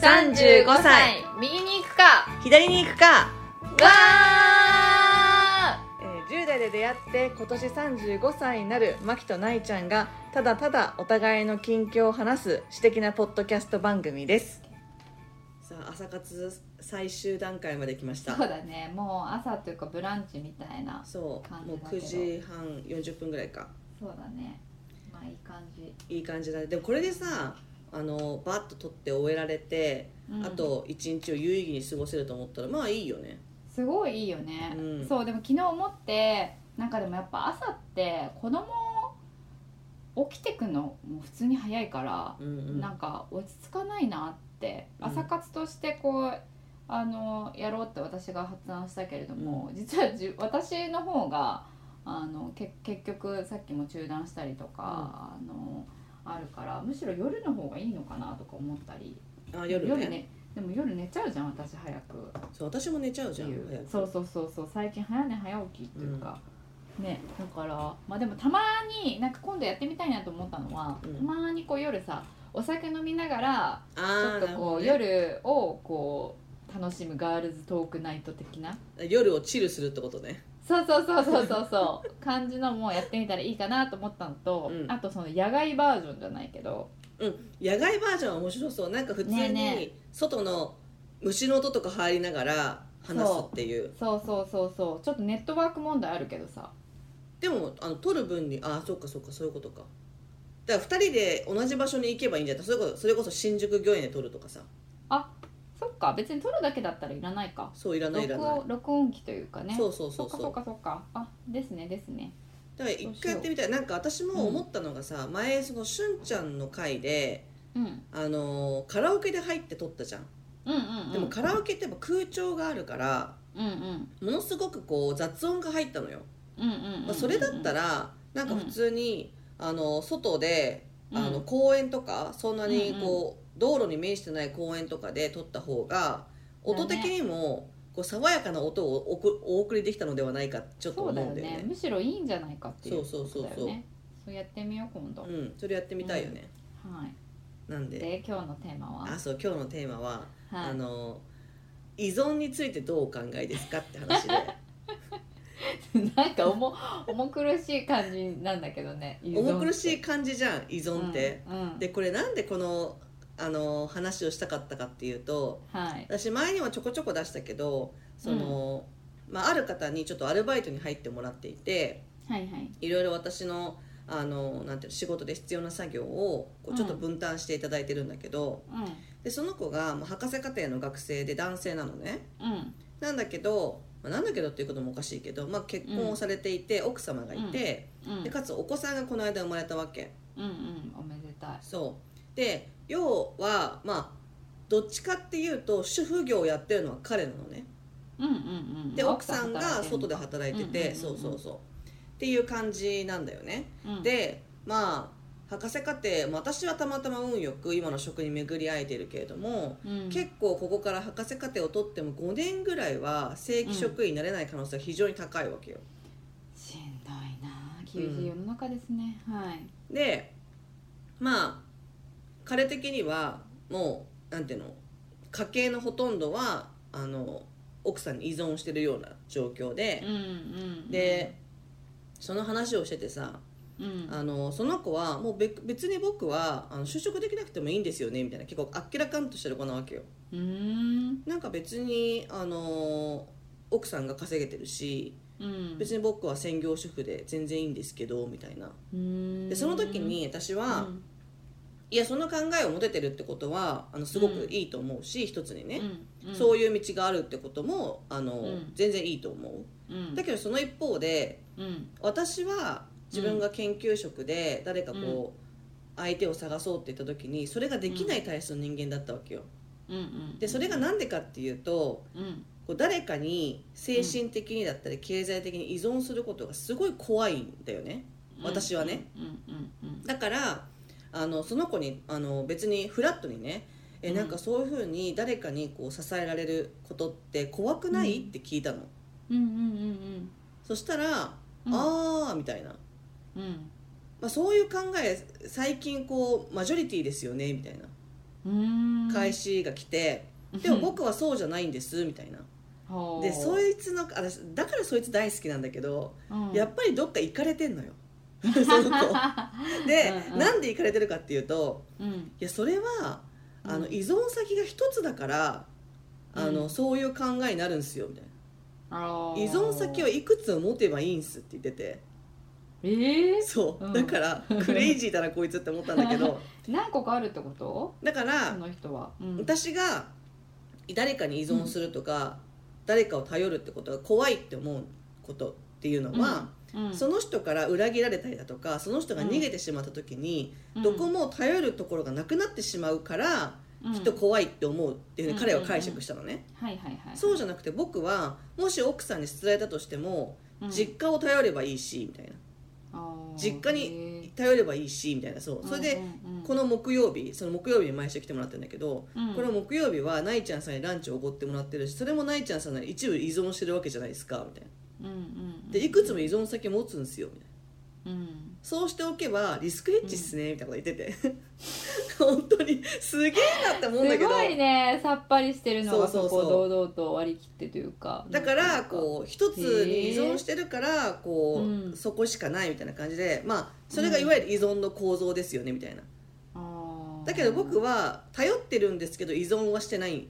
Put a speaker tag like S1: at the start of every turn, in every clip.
S1: 35歳
S2: 右に行くか
S1: 左に行くか、
S2: わ
S1: えー10代で出会って今年35歳になるマキとナイちゃんがただただお互いの近況を話す私的なポッドキャスト番組ですさあ朝活最終段階まで来まし
S2: ー
S1: た
S2: そうだねもう朝というかブランチみたいな
S1: そう
S2: 感じ
S1: もう
S2: だけど
S1: 9時半40分ぐらいか
S2: そうだねまあいい感じ、
S1: いい感じだねでもこれでさあのバッと取って終えられて、
S2: うん
S1: あと一日を有意義に過ごせると思ったらまあいいよね
S2: すごいいいよね、
S1: うん
S2: そうでも昨日思ってなんかでもやっぱ朝って子供起きてくのも普通に早いから、
S1: うんうん
S2: なんか落ち着かないなって
S1: うん
S2: 朝活としてこうあのやろうって私が発案したけれども、実はじ私の方があのけ結局さっきも中断したりとか、あのあるからむしろ夜の方がいいのかなとか思ったり
S1: あ夜ね
S2: でも夜寝ちゃうじゃん私早く
S1: そう私も寝ちゃう
S2: って
S1: じゃん
S2: いう
S1: 早く
S2: そうそうそうそう最近早寝早起きっていうか、ねだからまあでもたまになんか今度やってみたいなと思ったのは、
S1: うん
S2: たまにこう夜さお酒飲みながらちょ
S1: あ
S2: っ
S1: ー
S2: と
S1: なるほ
S2: こ
S1: ど
S2: う、
S1: ね
S2: 夜をこう楽しむガールズトークナイト的な
S1: 夜をチルするってことね
S2: そうそうそうそうそうそう 感じのもやってみたらいいかなと思ったのと、
S1: うん
S2: あとその野外バージョンじゃないけど
S1: うん野外バージョンは面白そうなんか普通
S2: ねえね
S1: に外の虫の音とか入りながら話すっていう
S2: そうそうそうそうちょっとネットワーク問題あるけどさ
S1: でもあの撮る分にああそうかそうかそういうことかだから2人で同じ場所に行けばいいんじゃないそれこそそれこそ新宿御苑で撮るとかさ
S2: そっか別に撮るだけだったらいらないか
S1: そういらないいら
S2: 録
S1: ない
S2: 音録音機というかね
S1: そうそうそう
S2: っか
S1: そ
S2: そっ
S1: う
S2: かそっかあですねですね
S1: だから一回やってみたいなんか私も思ったのがさ、前そのしゅんちゃんの回で
S2: うん
S1: あのーカラオケで入って撮ったじゃん、
S2: うんうんうん
S1: でもカラオケってやっぱ空調があるから
S2: うんうん
S1: ものすごくこう雑音が入ったのよ、
S2: うんうんうん
S1: まあ、それだった
S2: ら
S1: らなんか普通に、あの外であ
S2: う
S1: の
S2: ん
S1: 公園とかそんなにこう、道路に面してない公園とかで撮った方が音的にもこう爽やかな音をおくお送りできたのではないかちょっと
S2: そう
S1: 思
S2: だ
S1: う
S2: よ
S1: んだよ
S2: ね
S1: ね
S2: むしろいいんじゃないかっていう
S1: そうそうそうそう
S2: ことだよねそうやってみよう今度、
S1: うんそれやってみたいよね、
S2: はい
S1: なんで
S2: で今日のテーマは
S1: あそう今日のテーマは、
S2: はい
S1: あの依存についてどうお考えですかって話で
S2: なんか重重苦しい感じなんだけどね
S1: 重苦しい
S2: 依
S1: 感じじゃん依
S2: 存
S1: 存
S2: っ
S1: ってて、、
S2: うんうん
S1: でこれなんでこのあの話をしたかったかっていうと
S2: はい
S1: 私前にはちょこちょこ出したけどその、まあ、ある方にちょっとアルバイトに入ってもらっていて
S2: はいはい
S1: いろいろ私のあのなんていうの仕事で必要な作業を
S2: う
S1: こ
S2: ん
S1: うちょっと分担していただいてるんだけど、でその子がまあ博士課程の学生で男性なのね
S2: うんうん
S1: なんだけど、まあなんだけどっていうこともおかしいけど、まあ、結婚をされていて、奥様がいて、
S2: うん
S1: でかつお子さんがこの間生まれたわけ
S2: うんうんおめでたい
S1: そうで要はまあどっちかっていうと主婦業をやってるのは彼なのね
S2: うんうんうん
S1: で奥さんが外で
S2: 働い
S1: 働いて
S2: うんうんうんう
S1: て
S2: ん
S1: そうそうそうっていう感じなんだよね、
S2: てんの、うん、
S1: でまあ博士課程、まあ、私はたまたま運よく今の職に巡り会えてるけれども、
S2: うん
S1: 結構ここから博士課程を取っても5年ぐらいは正規職員になれない可能性が非常に高いわけよ、
S2: しんどいなあ厳しい世の中ですね、はい
S1: でまあ彼的にはもうなんていうの家計のほとんどはあの奥さんに依存してるような状況で、
S2: うんうん
S1: でその話をしててさ、
S2: うん
S1: あのその子はもうべ別に僕はあの就職できなくてもいいんですよねみたいな結構あっけらかんとしてる子なわけよ
S2: うーん
S1: なんか別にあの奥さんが稼げてるし
S2: うん
S1: 別に僕は専業主婦で全然いいんですけどみたいな
S2: に
S1: でその時に私は、いやその考えを持ててるってことはあのすごくいいと思うし、一つにね、そう
S2: い
S1: いう道があるってこともあの、
S2: うん
S1: 全然いいと思
S2: うん
S1: うだけどその一方で
S2: うん
S1: 私は自分が研究職で誰かこう相手を探そうって言った時にそれができない体質の人間だったわけよ
S2: うんうん
S1: でそれがなんでかっていうと
S2: うん
S1: こう誰かに精神的にだったり経済的に依存することがすごい怖いんだよね私はね
S2: うんうんうん
S1: だからあのその子にあの別にフラットにねえ
S2: うん
S1: なんかそういうふうに誰かにこう支えられることって怖くない、
S2: うん
S1: って聞いたの
S2: うんうんうん
S1: そしたら「
S2: うん
S1: ああ」みたいな
S2: うんうん
S1: まあ、そういう考え最近こうマジョリティですよねみたいな
S2: うん
S1: 返しが来て、でも僕はそうじゃないんですみたいなでそ
S2: いう、
S1: いつの私だからそいつ大好きなんだけど、
S2: うん
S1: やっぱりどっか行かれてん のよその子で
S2: うんうん
S1: なんで行かれてるかっていうと
S2: うん
S1: いやそれはあの
S2: うん
S1: 依存先が一つだから、あ
S2: う
S1: の
S2: ん
S1: そういう考えになるんですよみたいな、
S2: あー
S1: 依存先はいくつ持てばいいんすって言ってて
S2: ええ
S1: そう、
S2: うん
S1: だからクレイジーだなこいつって思ったんだけど
S2: 何個かあるってこと
S1: だから
S2: その人は、うん、
S1: 私が誰かに依存するとか、誰かを頼るってことが怖いって思うことっていうのは、
S2: うん
S1: その人から裏切られたりだとかその人が逃げてしまった時に、
S2: うん
S1: どこも頼るところがなくなってしまうから、
S2: うん
S1: きっと怖いって思うっていうふうに彼は
S2: うん
S1: 解釈したのね、
S2: はいはいはい
S1: そうじゃなくて僕はもし奥さんに捨てられたとしても、
S2: うん
S1: 実家を頼ればいいしみたいな
S2: あー
S1: 実家
S2: へー
S1: に頼ればいいしみたいなそうそれで、
S2: うんうんうん
S1: この木曜日その木曜日に毎週来てもらってるんだけど、
S2: うん
S1: これ木曜日はないちゃんさんにランチをおごってもらってるしそれもないちゃんさんの一部依存してるわけじゃないですかみたいな
S2: うんうんうん
S1: でいくつも依存先持つんですよみたいな
S2: うん
S1: そうしておけばリスクヘッジっすねみたいなこと言って て、本当にすげえなって思うんだ
S2: す
S1: けど
S2: ごいねさっぱりしてるのが
S1: そう
S2: そ
S1: そ
S2: う
S1: そう
S2: こを堂々と割り切ってというか
S1: だからこう一つに依存してるからこう、
S2: うん
S1: そこしかないみたいな感じでまあそれがいわゆる依存の構造ですよねみたいな
S2: あー
S1: だけど僕は頼ってるんですけど依存はしてないっ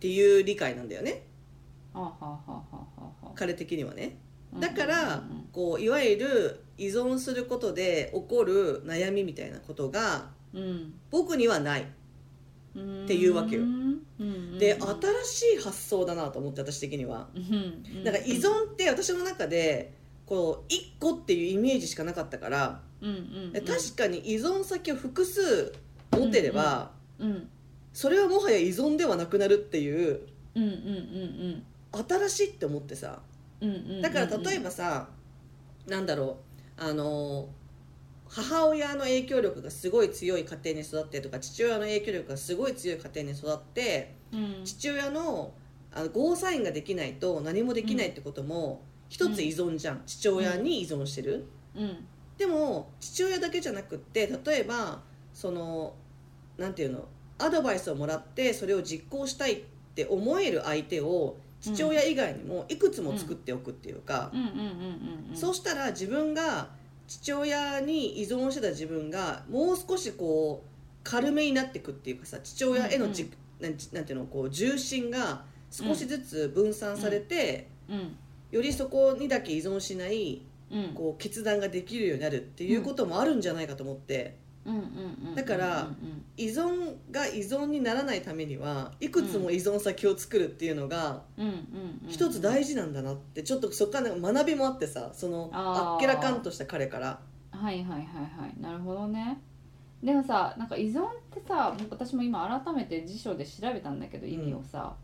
S1: ていう理解なんだよね
S2: あははははは
S1: 彼的にはね
S2: うん
S1: だから
S2: うん
S1: こういわゆる依存することで起こる悩みみたいなことが
S2: うん
S1: 僕にはない
S2: うん
S1: っていうわけよ
S2: うんうん
S1: で
S2: うん
S1: 新しい発想だなと思って私的には
S2: うん
S1: なんか依存って私の中でこう1個っていうイメージしかなかったから
S2: うんうん
S1: え確かに依存先を複数持てれば
S2: うんうん
S1: それはもはや依存ではなくなるっていう
S2: うんうんうん
S1: 新しいって思ってさ
S2: うんうんうん
S1: だから例えばさなんだろうあの母親の影響力がすごい強い家庭に育ってとか父親の影響力がすごい強い家庭に育って
S2: うん
S1: 父親のあのゴーサインができないと何もできないってことも一つ依存じゃん、父親に依存してる、
S2: うん
S1: でも父親だけじゃなくって例えばそのなんていうのアドバイスをもらってそれを実行したいって思える相手を父親以外にもいくつも作っておくっていうか、
S2: うんうんうんうんうん
S1: そうしたら自分が父親に依存してた自分がもう少しこう軽めになっていくっていうかさ父親へのじ、
S2: うん
S1: なんなんていうのこう重心が少しずつ分散されて、
S2: うん
S1: よりそこにだけ依存しない
S2: うん
S1: こう決断ができるようになるっていうこともあるんじゃないかと思って、
S2: うんうんうんうん
S1: だから
S2: うん
S1: 依存が依存にならないためにはいくつも依存先を作るっていうのが
S2: うんうんうん
S1: 一つ大事なんだなってちょっとそこからなんか学びもあってさその
S2: あー
S1: あっけらかんとした彼から。
S2: はいはいはいはいなるほどねでもさなんか依存ってさ私も今改めて辞書で調べたんだけど意味をさ、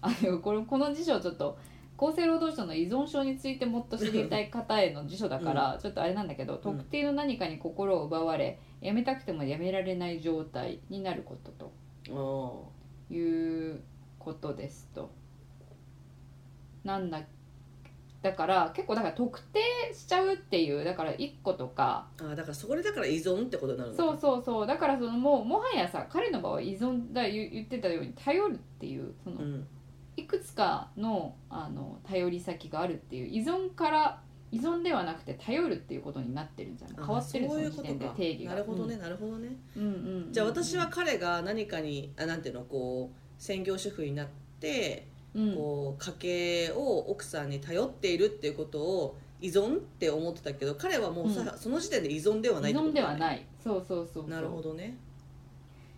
S2: あのこれこの辞書ちょっと厚生労働省の依存症についてもっと知りたい方への辞書だから、ちょっとあれなんだけど特定の何かに心を奪われやめたくてもやめられない状態になることと
S1: あ
S2: いうことですと。なんだだから結構だから特定しちゃうっていうだから1個とか
S1: あーだからそこでだから依存ってことになるのか
S2: そうそうそうだからそのもうもはやさ彼の場合依存だ言言ってたように頼るっていうその
S1: うん
S2: いくつかのあの頼り先があるっていう依存から依存ではなくて頼るっていうことになってるんじゃない
S1: あー
S2: 変わってる
S1: そういう
S2: の時
S1: こと
S2: 点で
S1: か
S2: 定義が
S1: なるほどね、、なるほどね
S2: うんうんうんうん
S1: じゃあ私は、彼が何かにあなんていうのこう専業主婦になって
S2: うん、
S1: こう家計を奥さんに頼っているっていうことを依存って思ってたけど彼はもうさ、その時点で依存ではない
S2: 依
S1: ってこ
S2: 存
S1: と
S2: で
S1: だよ
S2: は
S1: ね
S2: ないそうそうそうそう
S1: なるほどね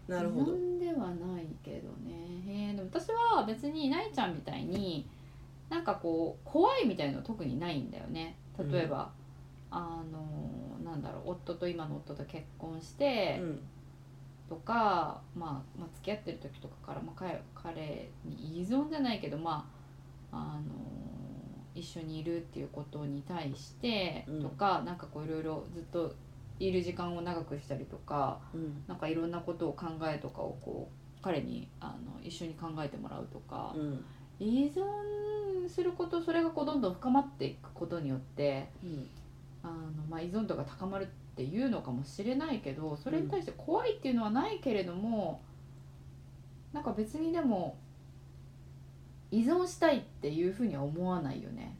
S1: なるほ
S2: 依
S1: ど
S2: 存ではないけどねへーでも私は別にないちゃんみたいになんかこう怖いみたいの特にないんだよね例えば、あのなんだろう夫と今の夫と結婚し
S1: う
S2: て
S1: ん
S2: とか、まあ、まあ付き合ってる時とかから、まあ、彼彼に依存じゃないけどまああの一緒にいるっていうことに対して
S1: うん
S2: とか、なんかこういろいろずっといる時間を長くしたりとか、
S1: うん
S2: なんかいろんなことを考えとかをこう彼にあの一緒に考えてもらうとか
S1: う、ん
S2: 依存することそれがこうどんどん深まっていくことによって
S1: うん
S2: あの、まあ、依存度が高まるっていうのかもしれないけどそれに対して怖いっていうのはないけれども、なんか別にでも依存したいっていうふうには思わないよね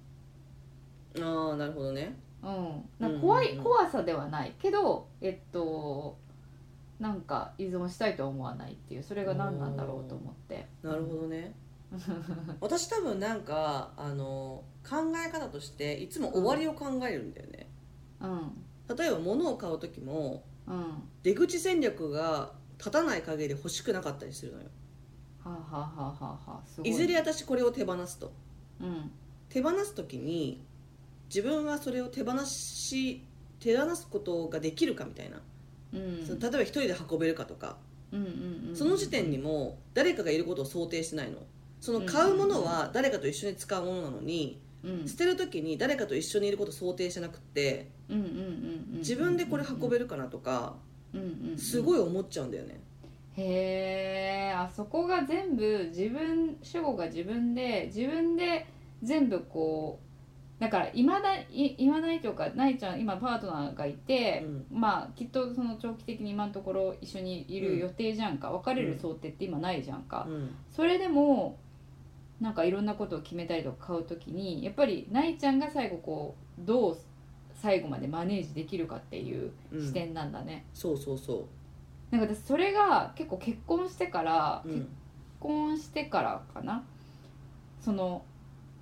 S1: ああなるほどね
S2: うんなんか怖い、
S1: うんうんうん
S2: 怖さではないけどえっとなんか依存したいとは思わないっていうそれが何なんだろうと思って
S1: なるほどね私多分なんかあの考え方としていつも終わりを考えるんだよね
S2: うん
S1: 例えば物を買う時も
S2: うんは
S1: 出口戦略が立たない限り欲しくなかったりするのよ
S2: あ、はあはあはあはあ、すご
S1: いずれ私これを手放すと
S2: うん
S1: 手放す時に自分はそれを手放し手放すことができるかみたいな、
S2: うん
S1: その例えば一人で運べるかとか、
S2: うんうんうん
S1: その時点にもう誰かがいることを想定してないのその買うものは誰かと一緒に使うものなのに、
S2: うんうん
S1: 捨てる時に誰かと一緒にいることを想定してなくって
S2: うんうんうん
S1: 自分でこれ運べるかなとか
S2: うんうんうん
S1: すごい思っちゃうんだよね
S2: へえあそこが全部自分主語が自分で自分で全部こうだからいまだいいまだにというかないちゃん今パートナーがいて、まあきっとその長期的に今のところ一緒にいる予定じゃんか、別れる想定って今ないじゃんか、
S1: うん
S2: それでもなんかいろんなことを決めたりとか買うときにやっぱりないちゃんが最後こうどう最後までマネージできるかっていう
S1: うん
S2: 視点なんだね、
S1: そうそうそ
S2: なんか私それが結構結婚してから、
S1: う、う
S2: 結
S1: ん
S2: 婚してからかなその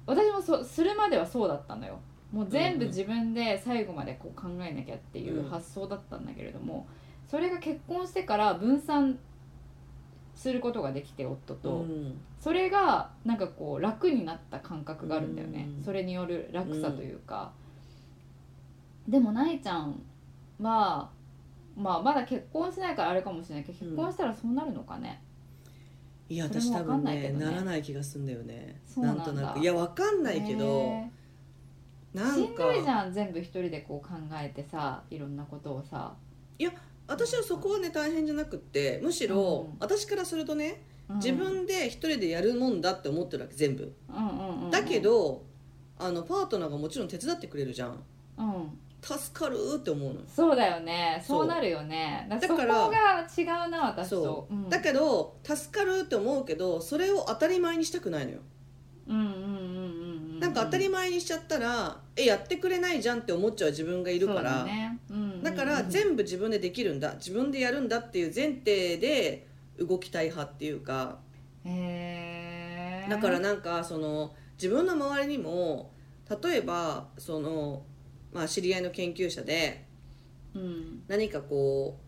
S2: 私もそするまではそうだったのよもう全部
S1: うんうん
S2: 自分で最後までこう考えなきゃっていう
S1: うん
S2: 発想だったんだけれども、それが結婚してから分散することができて夫と、
S1: うん
S2: それがなんかこう楽になった感覚があるんだよね、
S1: うん
S2: それによる楽さというか、でもなえちゃんは、まあ、まだ結婚してないからあれかもしれないけど
S1: うん
S2: 結婚したらそうなるのかね、
S1: いや
S2: それも
S1: 私多
S2: わかん
S1: 分
S2: ない
S1: ね
S2: けどね
S1: ならない気がすんだよね
S2: そうなんだ
S1: となくいやわかんないけど
S2: ね
S1: な
S2: し
S1: ん
S2: ん
S1: か
S2: どいじゃん全部一人でこう考えてさいろんなことをさ、
S1: 私はそこはね大変じゃなくってむしろ、
S2: うん
S1: 私からするとね
S2: うん
S1: 自分で一人でやるもんだって思ってるわけ全部
S2: うんうんうんうん
S1: だけ、どあのパートナーがもちろん手伝ってくれるじゃん
S2: うん、
S1: 助かるって思うの
S2: そうだよね
S1: そう
S2: そうなるよねだから
S1: だから
S2: そこが違うな私と
S1: そ
S2: うん
S1: だけど助かるって思うけどそれを当たり前にしたくないのよ
S2: うんうんうんうんうんうん
S1: なんか当たり前にしちゃったらえやってくれないじゃんって思っちゃう自分がいるか
S2: そうだ
S1: ら
S2: ねうんうんうん
S1: だから全部自分でできるんだ自分でやるんだっていう前提で動きたい派っていうか
S2: へー
S1: だからなんかその自分の周りにも例えばその、まあ、知り合いの研究者で
S2: うん
S1: 何かこ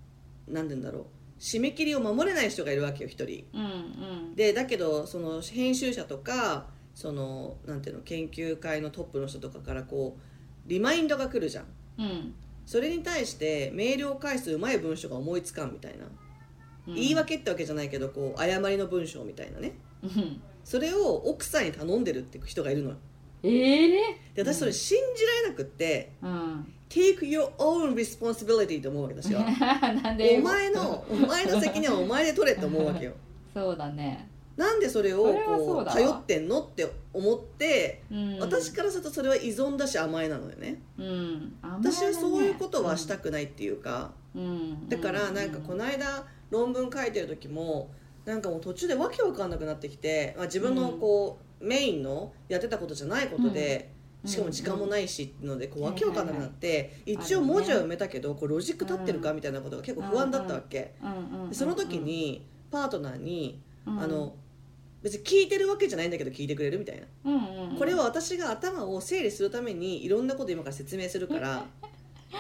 S1: う何て言うんだろう締め切りを守れない人がいるわけよ一人。
S2: うんうん
S1: でだけどその編集者とかそのなんていうの研究会のトップの人とかからこうリマインドが来るじゃん。
S2: うん
S1: それに対してメールを返すうまい文章が思いつかんみたいな、
S2: うん
S1: 言い訳ってわけじゃないけどこう誤りの文章みたいなね
S2: うん
S1: それを奥さんに頼んでるって人がいるのよ
S2: ええ
S1: で私それ信じられなくって、
S2: うん
S1: Take your own responsibility と思うわけ私は
S2: なんで
S1: お前のお前の責任はお前で取れって思うわけよ
S2: そうだね
S1: なんでそれを
S2: それはそ
S1: こ
S2: う
S1: う
S2: だわ
S1: 頼ってんのって思って、
S2: うん
S1: 私からするとそれは依存だし甘えなのよね
S2: うん甘えだね
S1: 私はそういうことはしたくないっていうか、
S2: うん
S1: だからなんか
S2: うん
S1: この間論文書いてる時もなんかもう途中でわけわかんなくなってきて、まあ、自分のこう、メインのやってたことじゃないことで、
S2: うん
S1: しかも時間もないしっていうのでこうわけわかんなくなって、
S2: はい
S1: 一応文字は埋めたけどこうロジック立ってるかみたいなことが結構不安だったわけ、
S2: うんうんうん
S1: でその時にパートナーに、
S2: うん
S1: あの別に聞いてるわけじゃないんだけど聞いてくれるみたいな、
S2: うんうんうん
S1: これは私が頭を整理するためにいろんなこと今から説明するから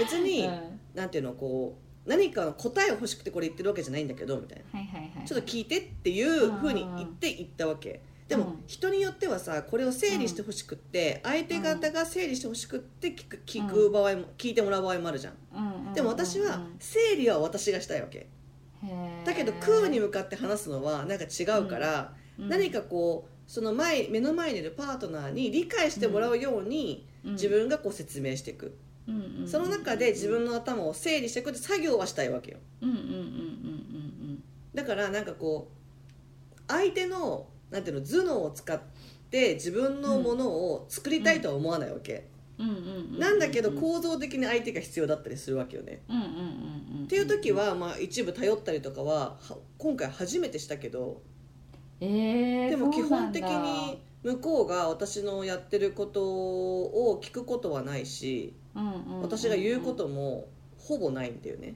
S1: 別
S2: うん
S1: に、
S2: はい
S1: なんていうのこう何かの答えを欲しくてこれ言ってるわけじゃないんだけどみたいな
S2: はいはい
S1: ちょっと聞いてっていうふうに言って言ったわけで
S2: う
S1: も
S2: ん
S1: 人によってはさこれを整理してほしくって相手方が整理してほしくって聞く聞く場合も聞いてもらう場合もあるじゃん
S2: うんうんうん
S1: でも私は整理は私がしたいわけ
S2: へー
S1: だけど空に向かって話すのはなんか違うから
S2: うん
S1: 何かこうその前目の前にいるパートナーに理解してもらうように
S2: うん
S1: 自分がこう説明していく
S2: うんうんうん
S1: その中で自分の頭を整理していくって作業はしたいわけよ
S2: うんうんうんうん
S1: だからなんかこう相手のなんていうの頭脳を使って自分のものを作りたいとは思わないわけ、
S2: うんうんうんうんうん
S1: なんだけど構造的に相手が必要だったりするわけよね、
S2: うんうんうんうん
S1: っていう時はまあ一部頼ったりとかはは今回初めてしたけど
S2: えー、
S1: でも基
S2: そうな
S1: 本
S2: んだ
S1: 的に向こうが私のやってることを聞くことはないし
S2: うんうんうんうん
S1: 私が言うこともほぼないんだよね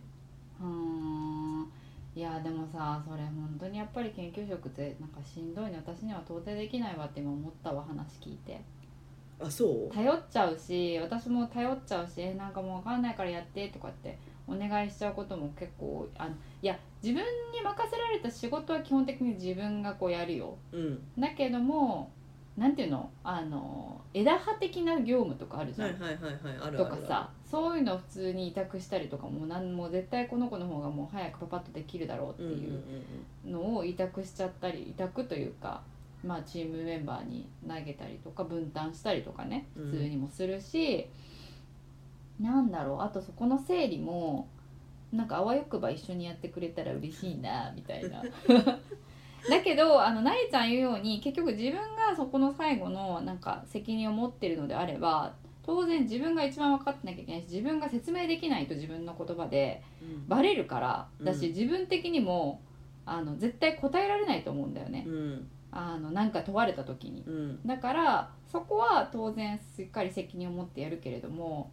S2: うーんいやでもさそれ本当にやっぱり研究職ってなんかしんどいね私には到底できないわって今思ったわ話聞いて
S1: あそう
S2: 頼っちゃうし私も頼っちゃうしえなんかもう分かんないからやってとかってお願いしちゃうことも結構あのいや自分に任せられた仕事は基本的に自分がこうやるよ
S1: うん
S2: だけどもなんていうのあの枝葉的な業務とかあるじゃ
S1: は
S2: ん、
S1: いはいはいはいあるある
S2: とかさそういうの普通に委託したりとかもなんも絶対この子の方がもう早くパパッとできるだろう
S1: うん
S2: っ
S1: うん
S2: て
S1: うんう
S2: いうんのを委託しちゃったり委託というか、まあ、チームメンバーに投げたりとか分担したりとかね
S1: うん
S2: 普通にもするし、なんだろうあとそこの整理もなんかあわよくば一緒にやってくれたら嬉しいなみたい な。だけどあのなりちゃん言うように結局自分がそこの最後のなんか責任を持ってるのであれば当然自分が一番分かってなきゃいけないし自分が説明できないと自分の言葉で
S1: うん
S2: バレるからだし、
S1: うん
S2: 自分的にもあの絶対答えられないと思うんだよね、
S1: うん
S2: あのなんか問われた時に
S1: うん
S2: だからそこは当然しっかり責任を持ってやるけれども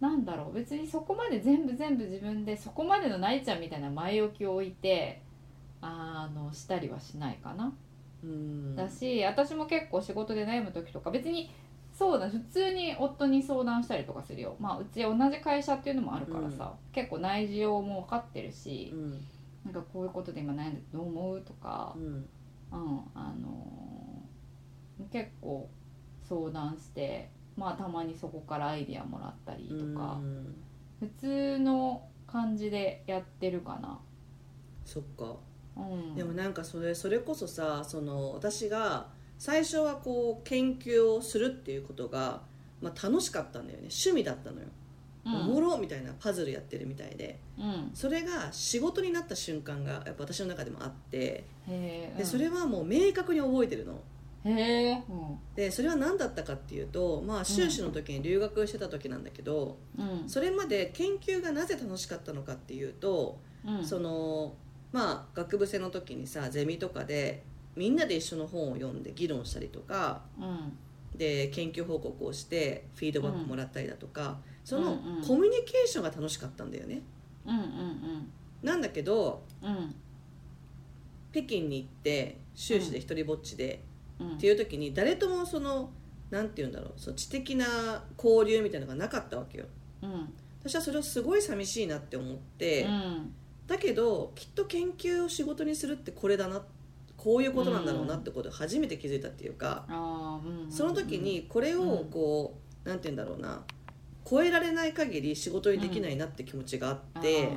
S2: なんだろう別にそこまで全部全部自分でそこまでのないちゃんみたいな前置きを置いてあのしたりはしないかな、
S1: うん
S2: だし私も結構仕事で悩む時とか別にそうだ普通に夫に相談したりとかするよまあうち同じ会社っていうのもあるからさ、結構内情も分かってるし
S1: う、ん
S2: なんかこういうことで今悩んでてどう思うとか
S1: う、ん
S2: うんあのー結構相談して、まあ、たまにそこからアイディアもらったりとか
S1: う、ん
S2: 普通の感じでやってるかな。
S1: そっか
S2: うん、
S1: でもなんかそれそれこそさその私が最初はこう研究をするっていうことが、まあ、楽しかったんだよね趣味だったのよ、
S2: うん、
S1: おもろみたいなパズルやってるみたいで
S2: うん、
S1: それが仕事になった瞬間がやっぱ私の中でもあって
S2: へえ、う
S1: で
S2: ん
S1: それはもう明確に覚えてるの
S2: へえ、う
S1: でそれは何だったかっていうと、まあ、修士の時に留学してた時なんだけど、
S2: ん、うん、
S1: それまで研究がなぜ楽しかったのかっていうと、
S2: うん、
S1: そのまあ学部生の時にさゼミとかでみんなで一緒の本を読んで議論したりとか
S2: うん、
S1: で研究報告をしてフィードバックもらったりだとか、その
S2: うんうん
S1: コミュニケーションが楽しかったんだよね。
S2: うん、うん、
S1: なんだけど
S2: うん、うん、
S1: 北京に行って修士で一人ぼっちで、
S2: うん、
S1: っていう時に誰ともそのなんて言うんだろうその知的な交流みたいなのがなかったわけよ。
S2: うん、
S1: 私はそれをすごい寂しいなって思って、
S2: うん、
S1: だけどきっと研究を仕事にするってこれだなこういうことなんだろうなってことを初めて気づいたっていうか、
S2: あーうん、
S1: その時にこれをこう、なんて言うんだろうな超えられない限り仕事にできないなって気持ちがあって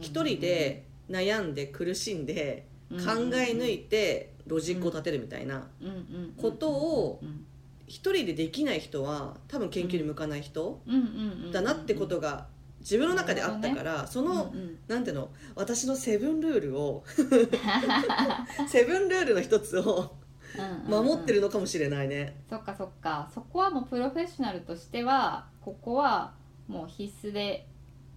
S1: 一、人で悩んで苦しんで、考え抜
S2: い
S1: いてロジックを立てるみたいな、ことを一人でできない人は多分研究に向かない人だなってことが自分の中であったから、その、
S2: うんうん
S1: なんていうの私のセブンルールをセブンルールの一つを
S2: うんうん
S1: 守ってるのかもしれないね。
S2: そっかそっかそこはもうプロフェッショナルとしてはここはもう必須で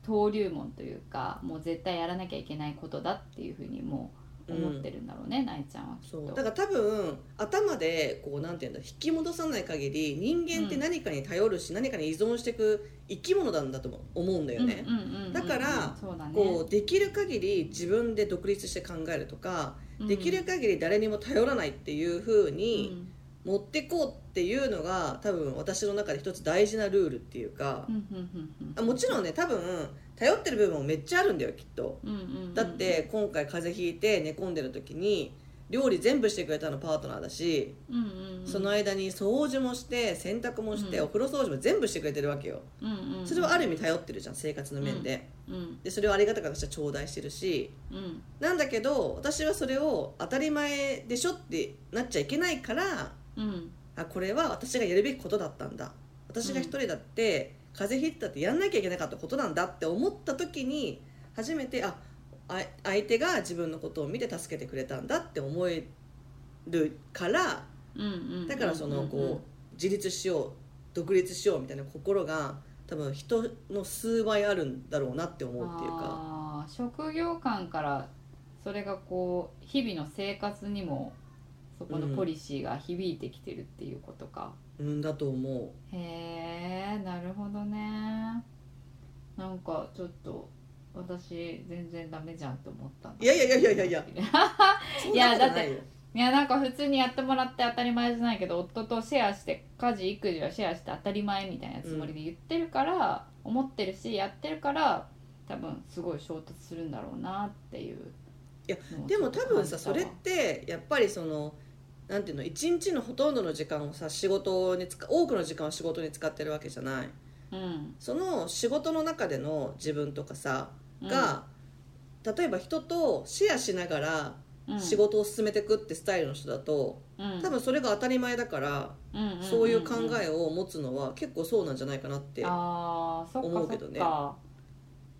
S2: 登竜門というかもう絶対やらなきゃいけないことだっていうふうにもう思ってるんだろうね、なえちゃんはきっ
S1: そう
S2: と
S1: だから多分頭でこうなんていうんだ引き戻さない限り人間って何かに頼るし、何かに依存していく生き物なんだと思うんだよね。
S2: うんうんうんうん
S1: だから
S2: そうだね
S1: こうできる限り自分で独立して考えるとか、できる限り誰にも頼らないっていう風
S2: うん
S1: に持ってこうっていうのが多分私の中で一つ大事なルールっていうか、
S2: うんうんうんうん
S1: あもちろんね多分頼ってる部分もめっちゃあるんだよきっと
S2: うんうんうんうん
S1: だって今回風邪ひいて寝込んでる時に料理全部してくれたのパートナーだし、
S2: うんうんうん
S1: その間に掃除もして洗濯もして、
S2: うん
S1: お風呂掃除も全部してくれてるわけよ
S2: うんうんうん
S1: それはある意味頼ってるじゃん生活の面で,、
S2: うん
S1: でそれをありがたく私は頂戴してるし
S2: うん
S1: なんだけど私はそれを当たり前でしょってなっちゃいけないから
S2: うん
S1: あこれは私がやるべきことだったんだ私が一人だって、風邪ひいたってやんなきゃいけなかったことなんだって思った時に初めてああ相手が自分のことを見て助けてくれたんだって思えるから
S2: うんうん
S1: だからそのこう、自立しよう独立しようみたいな心が多分人の数倍あるんだろうなって思うっていうか
S2: あー職業観からそれがこう日々の生活にもそこのポリシーが響いてきてるっていうことか、
S1: うんだと思
S2: へえなるほどねなんかちょっと私全然ダメじゃんと思ったんだ
S1: いやいやいやいやいやいやうそんなことないよ
S2: いやなんか普通にやってもらって当たり前じゃないけど夫とシェアして家事育児はシェアして当たり前みたいなつもりで言ってるから、思ってるしやってるから多分すごい衝突するんだろうなっていう
S1: いや
S2: のを
S1: でも
S2: ちょっ
S1: 多
S2: と感
S1: 分
S2: じた
S1: さ
S2: わ
S1: それってやっぱりそのなんていうの一日のほとんどの時間をさ仕事に使多くの時間を仕事に使ってるわけじゃない
S2: うん
S1: その仕事の中での自分とかさ
S2: うん
S1: が、例えば人とシェアしながら仕事を進めていくってスタイルの人だ
S2: う
S1: と、
S2: ん
S1: 多分それが当たり前だから、
S2: うんんんん
S1: そういう考えを持つのは結構そうなんじゃないかなって、
S2: あーそっか
S1: 思うけどね
S2: そっか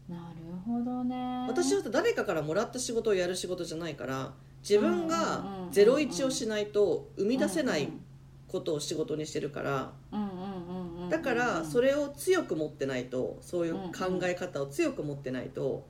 S2: なるほどね
S1: 私はさ誰かからもらった仕事をやる仕事じゃないから自分
S2: うんうんうんう
S1: が
S2: ん
S1: ゼロイチをしないと生み出せないことを仕事にしてるから、
S2: うんうんうんうんうん
S1: だからそ
S2: れ
S1: れを強く持ってないとそういう考え方を強く持ってないと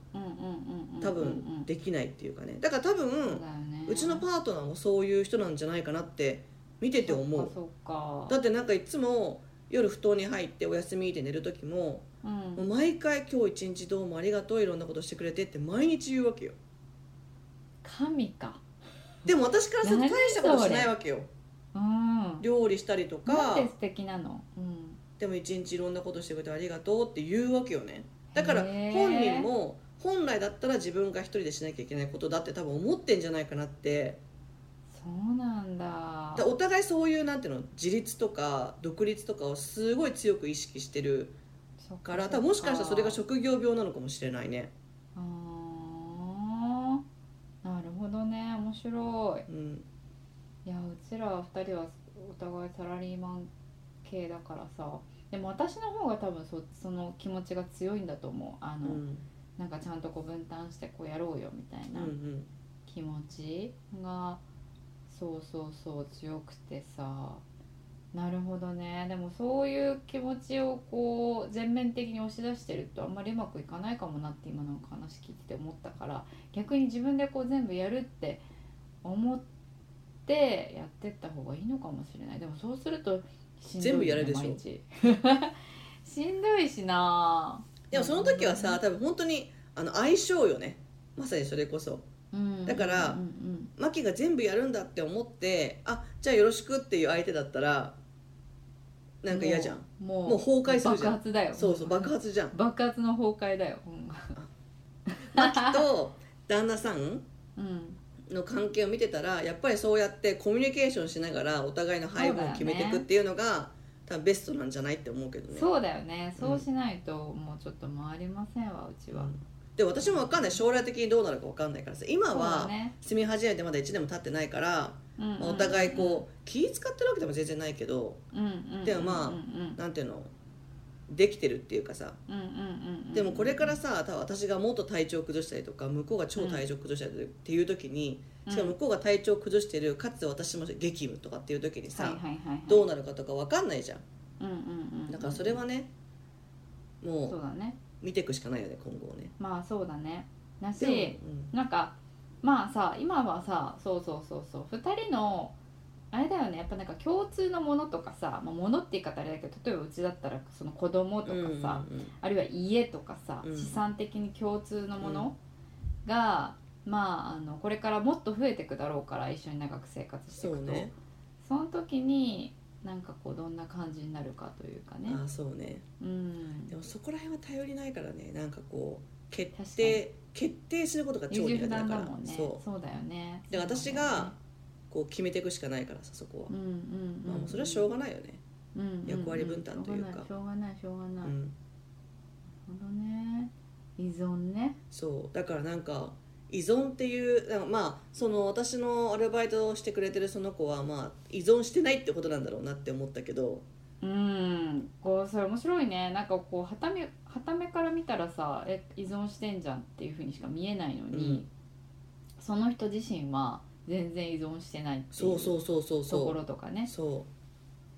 S1: 多分できないっていうかねだから多分うちのパートナーもそういう人なんじゃないかなって見てて思う
S2: そっかそ
S1: だ
S2: っか
S1: ってなんかいつも夜布団に入ってお休みで寝る時も
S2: うん
S1: もう毎回「今日一日どうもありがとういろんなことしてくれて」って毎日言うわけよ
S2: 神か
S1: でも私からすると
S2: 何
S1: 大したことしないわけよ
S2: うん
S1: 料理したりと
S2: なん
S1: か
S2: て素敵なの、うん、
S1: でも一日いろんなことしてくれてありがとうって言うわけよねだから
S2: へー
S1: 本人も本来だったら自分が一人でしなきゃいけないことだって多分思ってんじゃないかなって
S2: そうなんだ
S1: だからお互いそういうなんていうの自立とか独立とかをすごい強く意識してる
S2: そっか
S1: から多分もしかしたらそれが職業病なのかもしれないね、
S2: あーなるほどね面白
S1: うん、
S2: いいやうちら二人はお互いサラリーマン系だからさでも私の方が多分そその気持ちが強いんだと思うあ
S1: うん
S2: の、なんかちゃんとこう分担してこうやろうよみたい
S1: うんう
S2: なん気持ちがそうそうそう強くてさなるほどねでもそういう気持ちをこう全面的に押し出してるとあんまりうまくいかないかもなって今なんか話聞いてて思ったから逆に自分でこう全部やるって思ってやってった方がいいのかもしれないでもそうするとしんどいよね
S1: 全部やるでしょ
S2: 毎日 しんどいしな
S1: でもその時はさ多分本当にあの相性よねまさにそれこそ
S2: うん
S1: だから
S2: うんうん
S1: マキが全部やるんだって思ってあじゃあよろしくっていう相手だったらなんか嫌じゃん
S2: うんもう
S1: もう崩壊するじゃん
S2: 爆発だよ
S1: そうそう爆発 じゃん
S2: 爆発の崩壊だよ、う
S1: マキと旦那さん
S2: んうん、
S1: の関係を見てたらやっぱりそうやってコミュニケーションしながらお互いの配分を決めていくっていうのが多分ベストなんじゃないって思うけどね
S2: そうだよねそうしないともうちょっと回りませんわうちは、
S1: で私も分かんない将来的にどうなるか分かんないからさ今
S2: そうだ
S1: は
S2: ね
S1: 住み始めてまだ1年も経ってないから、
S2: うんうんうん
S1: まあお互いこう気使ってるわけでも全然ないけど
S2: うんうんうん
S1: でもまあ
S2: うんうん
S1: なんていうのできてるっていうかさ
S2: うんうんうん
S1: でもこれからさ多分私がもっと体調崩したりとか向こうが超体調崩したりっていう時に、しかも向こうが体調崩してるかつ私も激務とかっていう時にさ、
S2: はいはいはいはい
S1: どうなるかとか分かんないじゃん
S2: うんうんうん
S1: だからそれはね
S2: そ
S1: も
S2: うだね
S1: う見ていくしかないよね今後をね
S2: まあそうだねだ
S1: でも
S2: しなんかまあさ今はさそうそうそうそう2人のあれだよねやっぱなんか共通のものとかさ、まあ、ものって言い方あれだけど例えばうちだったらその子供とか
S1: う
S2: さ、
S1: んうんうん
S2: あるいは家とかさ、
S1: うん
S2: 資産的に共通のものが、まああのこれからもっと増えていくだろうから一緒に長く生活してい
S1: そう
S2: くとそ,、
S1: ね
S2: の時になんかこうどんな感じになるかというかね
S1: ああそうね
S2: うん
S1: でもそこら辺は頼りないからねなんかこう決
S2: 確かに
S1: 定決定することが超
S2: 優柔
S1: 苦手
S2: 不
S1: だ
S2: 断
S1: か
S2: だ
S1: ら
S2: もんね
S1: そう
S2: だよね
S1: で私が
S2: そ
S1: こう決めていくしかないからさそこは
S2: う、だよねうんうんうん
S1: まあもうそれはしょうがないよね
S2: うんうんうん
S1: 役割分担というか
S2: しょうがないしょうが
S1: う
S2: ないしょうがない、なる
S1: ん
S2: ほどね依存ね
S1: そうだからなんか依存っていうなんかまあその私のアルバイトをしてくれてるその子はまあ依存してないってことなんだろうなって思ったけど
S2: うんこうそれ面白いねなんかこうはためはためから見たらさえ依存してんじゃんっていうふうにしか見えないのに、その人自身は全然依存してないってい
S1: そう
S2: う
S1: そうそうそう
S2: とこ
S1: そ
S2: ろとかね
S1: うそ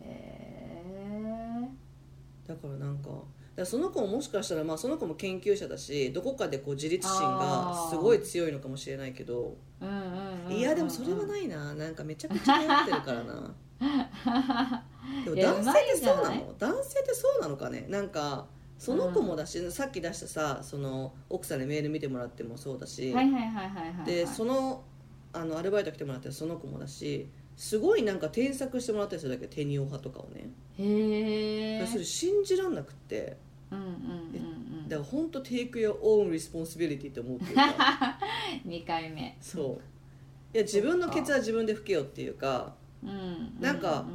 S1: う
S2: へえ
S1: だからなんからその子ももしかしたら、まあ、その子も研究者だしどこかでこう自立心がすごい強いのかもしれないけど
S2: うんうんうんうん
S1: いやでもそれはいないななんかめちゃくちゃ流行ってるからな でも
S2: いや
S1: 男性ってそう
S2: うま
S1: ない
S2: んじゃな
S1: の男性ってそうなのかねなんかその子もだし、さっき出したさその奥さんにメール見てもらってもそうだし、
S2: はいはいはいはいはい
S1: でそのあのアルバイト来てもらってるその子もだしすごいなんか添削してもらったりするだけテニオ派とかをね
S2: へえ
S1: それ信じらんなくって
S2: うんうんうんうん
S1: だから本当 take your own responsibility って思うってい うか
S2: 二回目
S1: そういや自分のケツは自分で拭けよっていうか
S2: うん
S1: なんか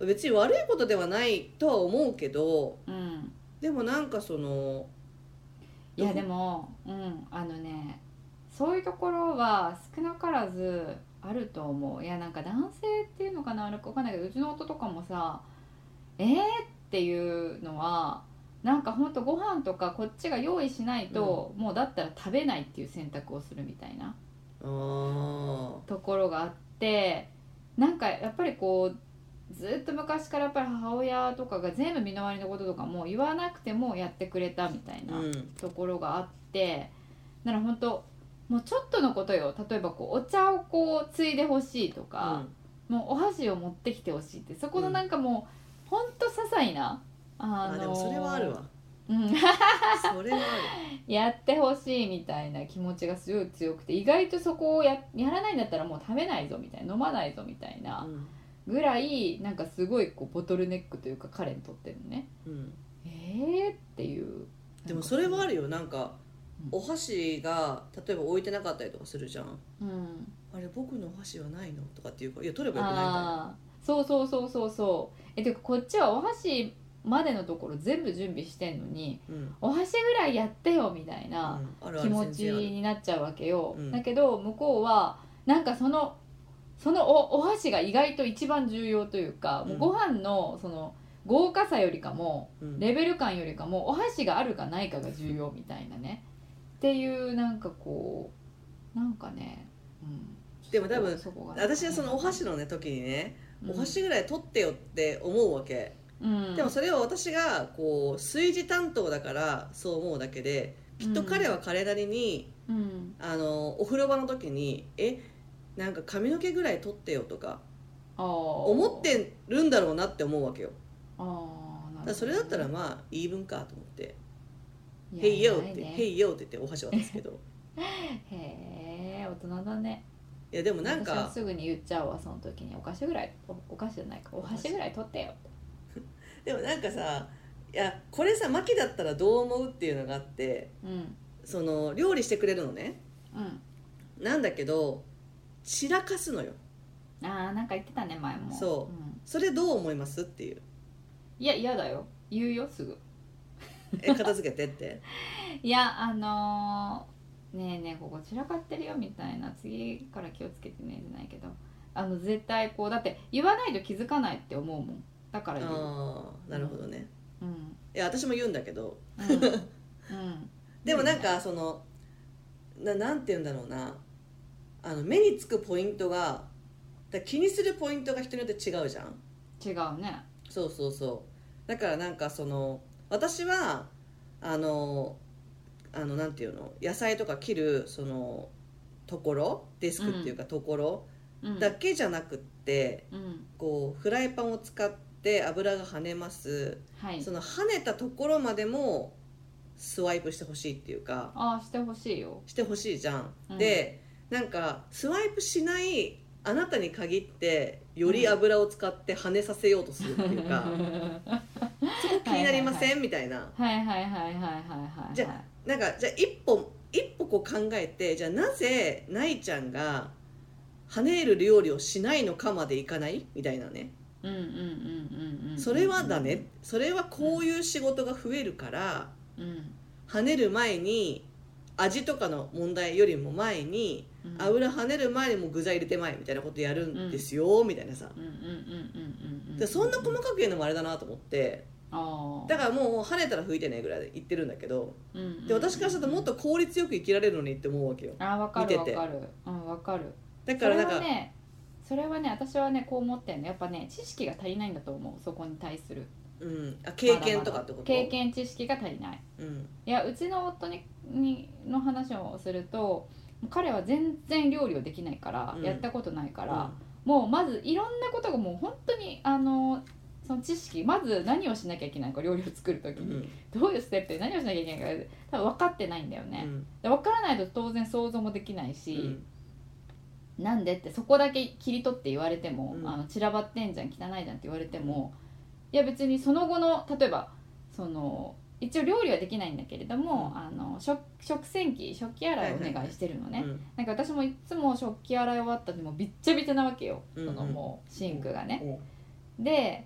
S2: うん
S1: 別に悪いことではないとは思うけど
S2: うんうん
S1: でもなんかその
S2: いやでもうんあのねそういうところは少なからずあると思ういやなんか男性っていうのかなあれか分かんないけどうちの夫とかもさえー、っていうのはなんかほんとご飯とかこっちが用意しないと、もうだったら食べないっていう選択をするみたいな
S1: あー
S2: ところがあってなんかやっぱりこうずっと昔からやっぱり母親とかが全部身の回りのこととかも言わなくてもやってくれたみたいな、
S1: うん
S2: ところがあってなら本当もうちょっとのことよ例えばこうお茶をこうついでほしいとか、もうお箸を持ってきてほしいってそこのなんかもう、ほんと些細なあ
S1: あ
S2: の
S1: でもそれはあるわ
S2: うん
S1: それは
S2: やってほしいみたいな気持ちがすごい強くて意外とそこをややらないんだったらもう食べないぞみたいな飲まないぞみたい
S1: あ
S2: な
S1: る
S2: ぐらいなんかすごいこうボトルネックというか彼にとってのね
S1: うん、うん
S2: えーっていう
S1: でもそれはあ
S2: る
S1: るよなんか
S2: うん
S1: お箸が例えば置いてなかったりとかするじゃん
S2: うん
S1: あれ僕のお箸はないのとかっていうからいや取ればよくないんだよ
S2: あーそうそうそうそうそうえてかこっちはお箸までのところ全部準備してんのに
S1: うん
S2: お箸ぐらいやってよみたいな
S1: うんあるあ
S2: 気
S1: る
S2: 持
S1: 全
S2: ち
S1: 然ある
S2: になっちゃうわけよ、
S1: うん
S2: だけど向こうはなんかそのそのおお箸が意外と一番重要というか、もううんご飯のその豪華さよりかも
S1: うん
S2: レベル感よりかもお箸があるかないかが重要みたいなねっていうなんかこうなんかね、うん、
S1: でも多分
S2: そこがね
S1: 私はそのお箸のね時にね
S2: うん
S1: お箸ぐらい取ってよって思うわけ
S2: うん
S1: でもそれを私がこう炊事担当だからそう思うだけできっと彼は彼なりに、
S2: うん
S1: あのお風呂場の時に「えなんか髪の毛ぐらい取ってよ」とか思
S2: 思
S1: ってるんだろうなって思うわけよ
S2: あーなるほど
S1: だからそれだったらまあ言い分かと思って「
S2: いや
S1: へいよ」っ
S2: 偉
S1: て「
S2: いね
S1: へいよ」って言ってお箸渡す けど
S2: へえ大人だね
S1: いやでもなん
S2: 私は
S1: か
S2: すぐに言っちゃうわその時にお菓子ぐらいおお菓子じゃないかお箸ぐらい取ってよ
S1: でもなんかさいやこれさマキだったらどう思うっていうのがあって
S2: うん
S1: その料理してくれるのね
S2: うん
S1: なんだけど散らかすのよ
S2: ああなんか言ってたね前も
S1: そうんそれどう思いますっていう
S2: いや嫌だよ言うよすぐ
S1: え片付け てって
S2: いやあのーねえねえここ散らかってるよみたいな次から気をつけてねじゃないけどあの絶対こうだって言わないと気づかないって思うもんだから言う
S1: ああなるほどね
S2: うん
S1: いや私も言うんだけど
S2: うん、うん、
S1: でもなんかそのななんて言うんだろうなあの目につくポイントがだ気にするポイントが人によって違うじゃん
S2: 違うね
S1: そうそうそうだからなんかその私はあのあのなんていうの野菜とか切るそのところデスクっていうかところ
S2: うん
S1: だけじゃなくって、
S2: うん
S1: こうフライパンを使って油が跳ねます
S2: はい
S1: その跳ねたところまでもスワイプしてほしいっていうか
S2: ああしてほしいよ
S1: してほしいじゃん、
S2: うん
S1: でなんかスワイプしないあなたに限ってより油を使って跳ねさせようとするっ
S2: っ
S1: て
S2: て
S1: い
S2: いうう
S1: か、
S2: か
S1: 気になりません、
S2: は
S1: みたいな
S2: はいはいはいはいはいはいはい
S1: じゃなんかじゃあ一歩一歩こう考えてじゃあなぜないちゃんが跳ねる料理をしないのかまでいかないみたいなね
S2: うんうんうんうんうん
S1: それはだねそれはこういう仕事が増えるから
S2: うん
S1: 跳ねる前に味とかの問題よりも前に
S2: うん
S1: 油跳ねる前にもう具材入れてまいみたいなことやるんですよ、みたいなさ
S2: うんうんうんうんうん
S1: でそんな細かく言うのもあれだなと思って
S2: あ
S1: だからもう跳ねたら拭いてねぐらいで言ってるんだけど
S2: ら
S1: で私からするともっ
S2: と
S1: と効率よく生きられるのにって思うわけよ
S2: あーわか
S1: 見
S2: るわ
S1: てて
S2: かるうんわかる
S1: だ
S2: そ
S1: から
S2: れ
S1: なんか
S2: はねそれはね私はねこう思ってんのやっぱね知識が足りないんだと思うそこに対する
S1: うん、あ経験とかってこと
S2: 経験知識が足りない
S1: うん
S2: いやうちの夫ににの話をすると彼は全然料理をできないから、
S1: うん
S2: やったことないから、もうまずいろんなことがもう本当にあのその知識まず何をしなきゃいけないか料理を作る時
S1: う
S2: に、
S1: ん
S2: どういうステップで何をしなきゃいけないか多分分かってないんだよ
S1: う
S2: ね、
S1: ん
S2: で分からないと当然想像もできないうし、
S1: ん
S2: なんでってそこだけ切り取って言われても、
S1: うん
S2: あの散らばってんじゃん汚いじゃんって言われても、いや別にその後の例えばその一応料理はできないんだけれども、
S1: うん
S2: あの食食洗機食器洗いをお願いしてるのね、
S1: うん
S2: なんか私もいつも食器洗い終わった時もうびっちゃびちゃなわけよ、
S1: うんうん
S2: そのもうシンクがね、
S1: お
S2: で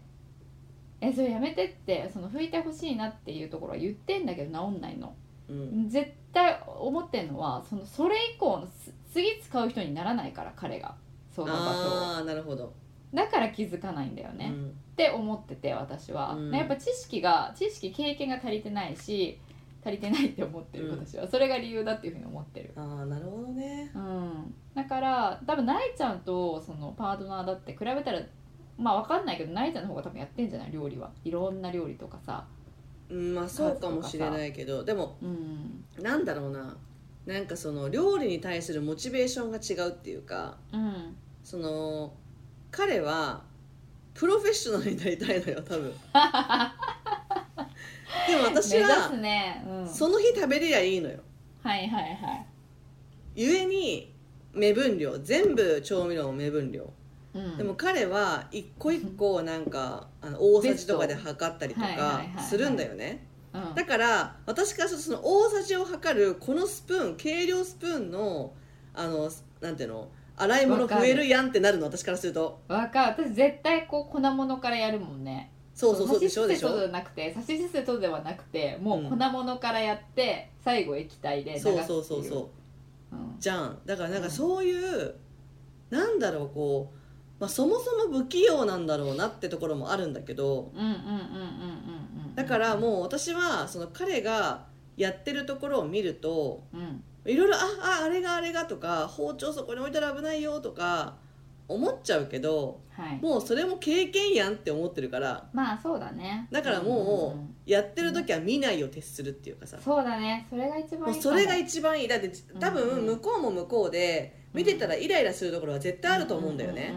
S2: 「えそれやめて」ってその拭いてほしいなっていうところは言ってんだけど治んないの
S1: うん
S2: 絶対思ってんのはそのそれ以降のす次使う人にならないから彼がその場所を
S1: ああなるほど
S2: だから気づかないんだよね、
S1: うん
S2: って思ってて私は、
S1: うん
S2: やっぱ知識が知識経験が足りてないし足りてないって思ってる
S1: うん
S2: 私は、それが理由だっていうふうに思ってる
S1: ああなるほどね
S2: うん、だから多分なえちゃんとそのパートナーだって比べたらまあわかんないけどなえちゃんの方が多分やってんじゃない料理はいろんな料理とかさ
S1: うんまあそうかもしれないけどでも
S2: うん
S1: なんだろうななんかその料理に対するモチベーションが違うっていうか
S2: うん
S1: その彼はプロフェッショナルになりたいの よ多分でも私
S2: 目指す
S1: は
S2: ね、うん、
S1: その日食べれりゃいいのよ
S2: はいはいはい
S1: ゆえに目分量全部調味料も目分量、
S2: うん、
S1: でも彼は一個一個なんかあの大さじとかで
S2: ベス
S1: 測ったりと
S2: はいはい
S1: か
S2: はいはい
S1: するんだよね
S2: うん、
S1: だから私からするとその大さじを測るこのスプーン計量スプーンのあのなんていうの洗い物増えるやんってなるの私からすると
S2: わかる私絶対こう粉物からやるもんね
S1: そうそうそうで
S2: 指
S1: しょでしょ
S2: とではなくて差しすせとではなくてもう
S1: うん
S2: 粉物からやって最後液体で流すってい
S1: そうそうそう
S2: う、
S1: そう
S2: ん、
S1: じゃんだからなんかそういう、なんだろうこう、まあ、そもそも不器用なんだろうなってところもあるんだけど
S2: うんうんうんうんうんうん
S1: だからもう私はその彼がやってるところを見ると
S2: うん
S1: いろいろあああれがあれがとか包丁そこに置いたら危ないよとか思っちゃうけど
S2: はい
S1: もうそれも経験やんって思ってるから
S2: まあそうだね
S1: だから
S2: んん
S1: も
S2: ん
S1: うやってる時は見ないを徹するっていうかさ
S2: そうだねそれが一番
S1: も
S2: いういか
S1: それが一番いいだって多
S2: うんう
S1: 分
S2: ん
S1: 向こうも向こうで見てたらイライラするところは絶対あると思うんだよね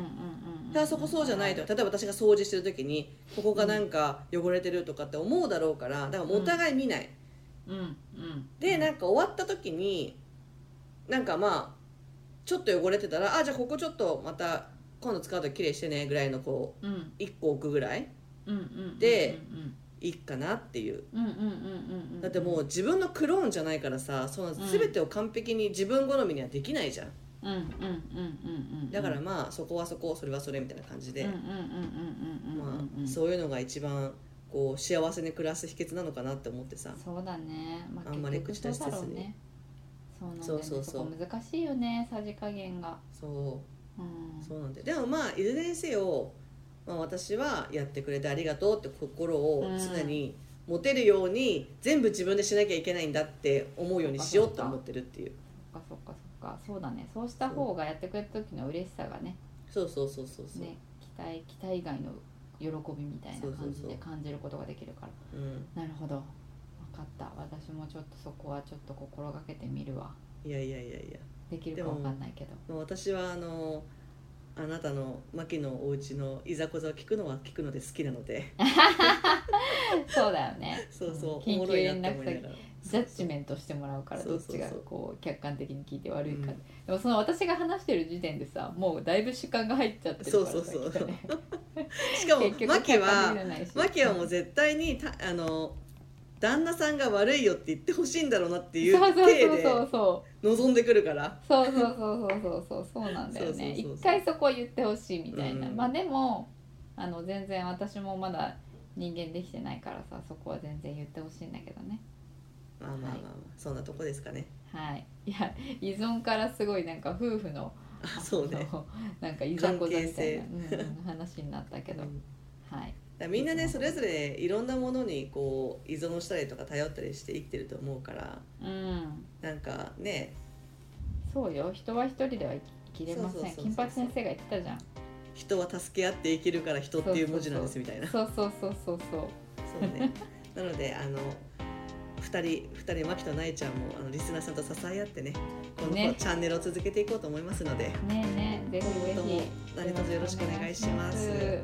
S1: だからそこそうじゃないと例えば私が掃除してる時にここがなんか汚れてるとかって思うだろうからだからもうお互い見ない
S2: うんうん
S1: でなんか終わった時になんかまあちょっと汚れてたらあじゃあここちょっとまた今度使うときれいにしてねぐらいのこ
S2: うんうん
S1: う1個置くぐらい
S2: うんうん
S1: で
S2: うん
S1: いいかなっていう
S2: うんうんうんうんうん
S1: だってもう自分のクローンじゃないからさその全てを完璧に自分好みにはできないじゃん
S2: うんうんうんうんうんうん
S1: だからまあそこはそこそれはそれみたいな感じで、
S2: うんうんうんうんうんうん
S1: ま
S2: うん
S1: あ、そういうのが一番こう幸せに暮らす秘訣なのかなって思ってさ
S2: そうだねま
S1: あんまり
S2: 結局そうだろうねそうなんだよね
S1: そうそうそ
S2: そ
S1: う
S2: こ難しいよねさじ加減が
S1: そう
S2: うん
S1: そうなんででもまあいずれにせよ、まあ、私はやってくれてありがとうって心を常に持てるように、全部自分でしなきゃいけないんだって思うようにしようと思ってるっていう
S2: そっかそっかそっかそうだねそうした方がやってくれた時の嬉しさがね
S1: そうそうそうそうそう、
S2: ね期待期待以外の喜びみたいな感じ
S1: そうそうそ
S2: で
S1: う
S2: 感じることができるから
S1: うん、
S2: なるほど分かった私もちょっとそこはちょっと心がけてみるわ
S1: いやいやいやいや
S2: できるか
S1: でも
S2: 分かんないけど
S1: まあ私はあのあなたの牧のお家のいざこざを聞くのは聞くので好きなので
S2: そうだよね
S1: そうそう、
S2: ん
S1: お
S2: 緊
S1: も
S2: 急
S1: ろいな
S2: 連
S1: って思
S2: 絡
S1: いな
S2: 先
S1: がら
S2: ジャッジメントしてもらうから
S1: そ
S2: ど
S1: う
S2: っ
S1: そ
S2: ち
S1: うそう
S2: がこう客観的に聞いて悪いか、
S1: うん
S2: でもその私が話してる時点でさもうだいぶ主観が入っちゃってるからさ
S1: そうそうそう
S2: きっとね
S1: しかも
S2: 結局
S1: 牧
S2: 客観的じ
S1: は
S2: ゃないし
S1: 牧はもう絶対にたあの旦那さんが悪いよって言ってほしいんだろうなっていう体で
S2: そうそう
S1: 望んでくるから
S2: そうそうそうそうそうそうそうそうなんだよね
S1: そうそうそうそう
S2: 一回そこは言ってほしいみたいな、
S1: うん
S2: まあでもあの全然私もまだ人間できてないからさそこは全然言ってほしいんだけどね
S1: まあまあまあ、まあ、そんなとこですかね
S2: はいいや依存からすごいなんか夫婦の
S1: あそうね
S2: あのなんかいざこざみたいな、
S1: 関
S2: うんうん話になったけど、
S1: うん
S2: はい
S1: だからみんなねそれぞれいろんなものにこう依存したりとか頼ったりして生きてると思うから
S2: うん
S1: なんかね
S2: そうよ人は一人では生きれません
S1: そうそうそうそう
S2: 金八先生が言ってたじゃん
S1: 人は助け合って生きるから人っていう文字なんですみたいな
S2: そ
S1: そ
S2: うそうそうそうそう
S1: うねなのであの二人二人マキとナイちゃんもあのリスナーさんと支え合ってねこの、
S2: ね
S1: チャンネルを続けていこうと思いますので
S2: ねえねえぜひ
S1: 今後とも
S2: ぜ
S1: 何
S2: ひ
S1: 卒よろしくお願いします
S2: お願いし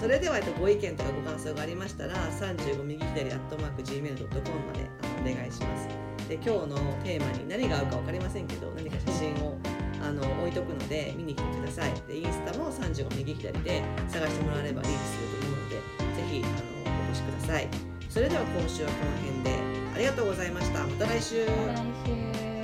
S1: それではえっとご意見とかご感想がありましたら35右左アットマーク Gmail.com まであのお願いします。で今日のテーマに何が合うか分かりませんけど何か写真をあの置いとくので見に来てください。でインスタも35右左で探してもらえればリーチすると思うのでぜひあのお越しください。それでは今週はこの辺でありがとうございました。また来週。
S2: また来週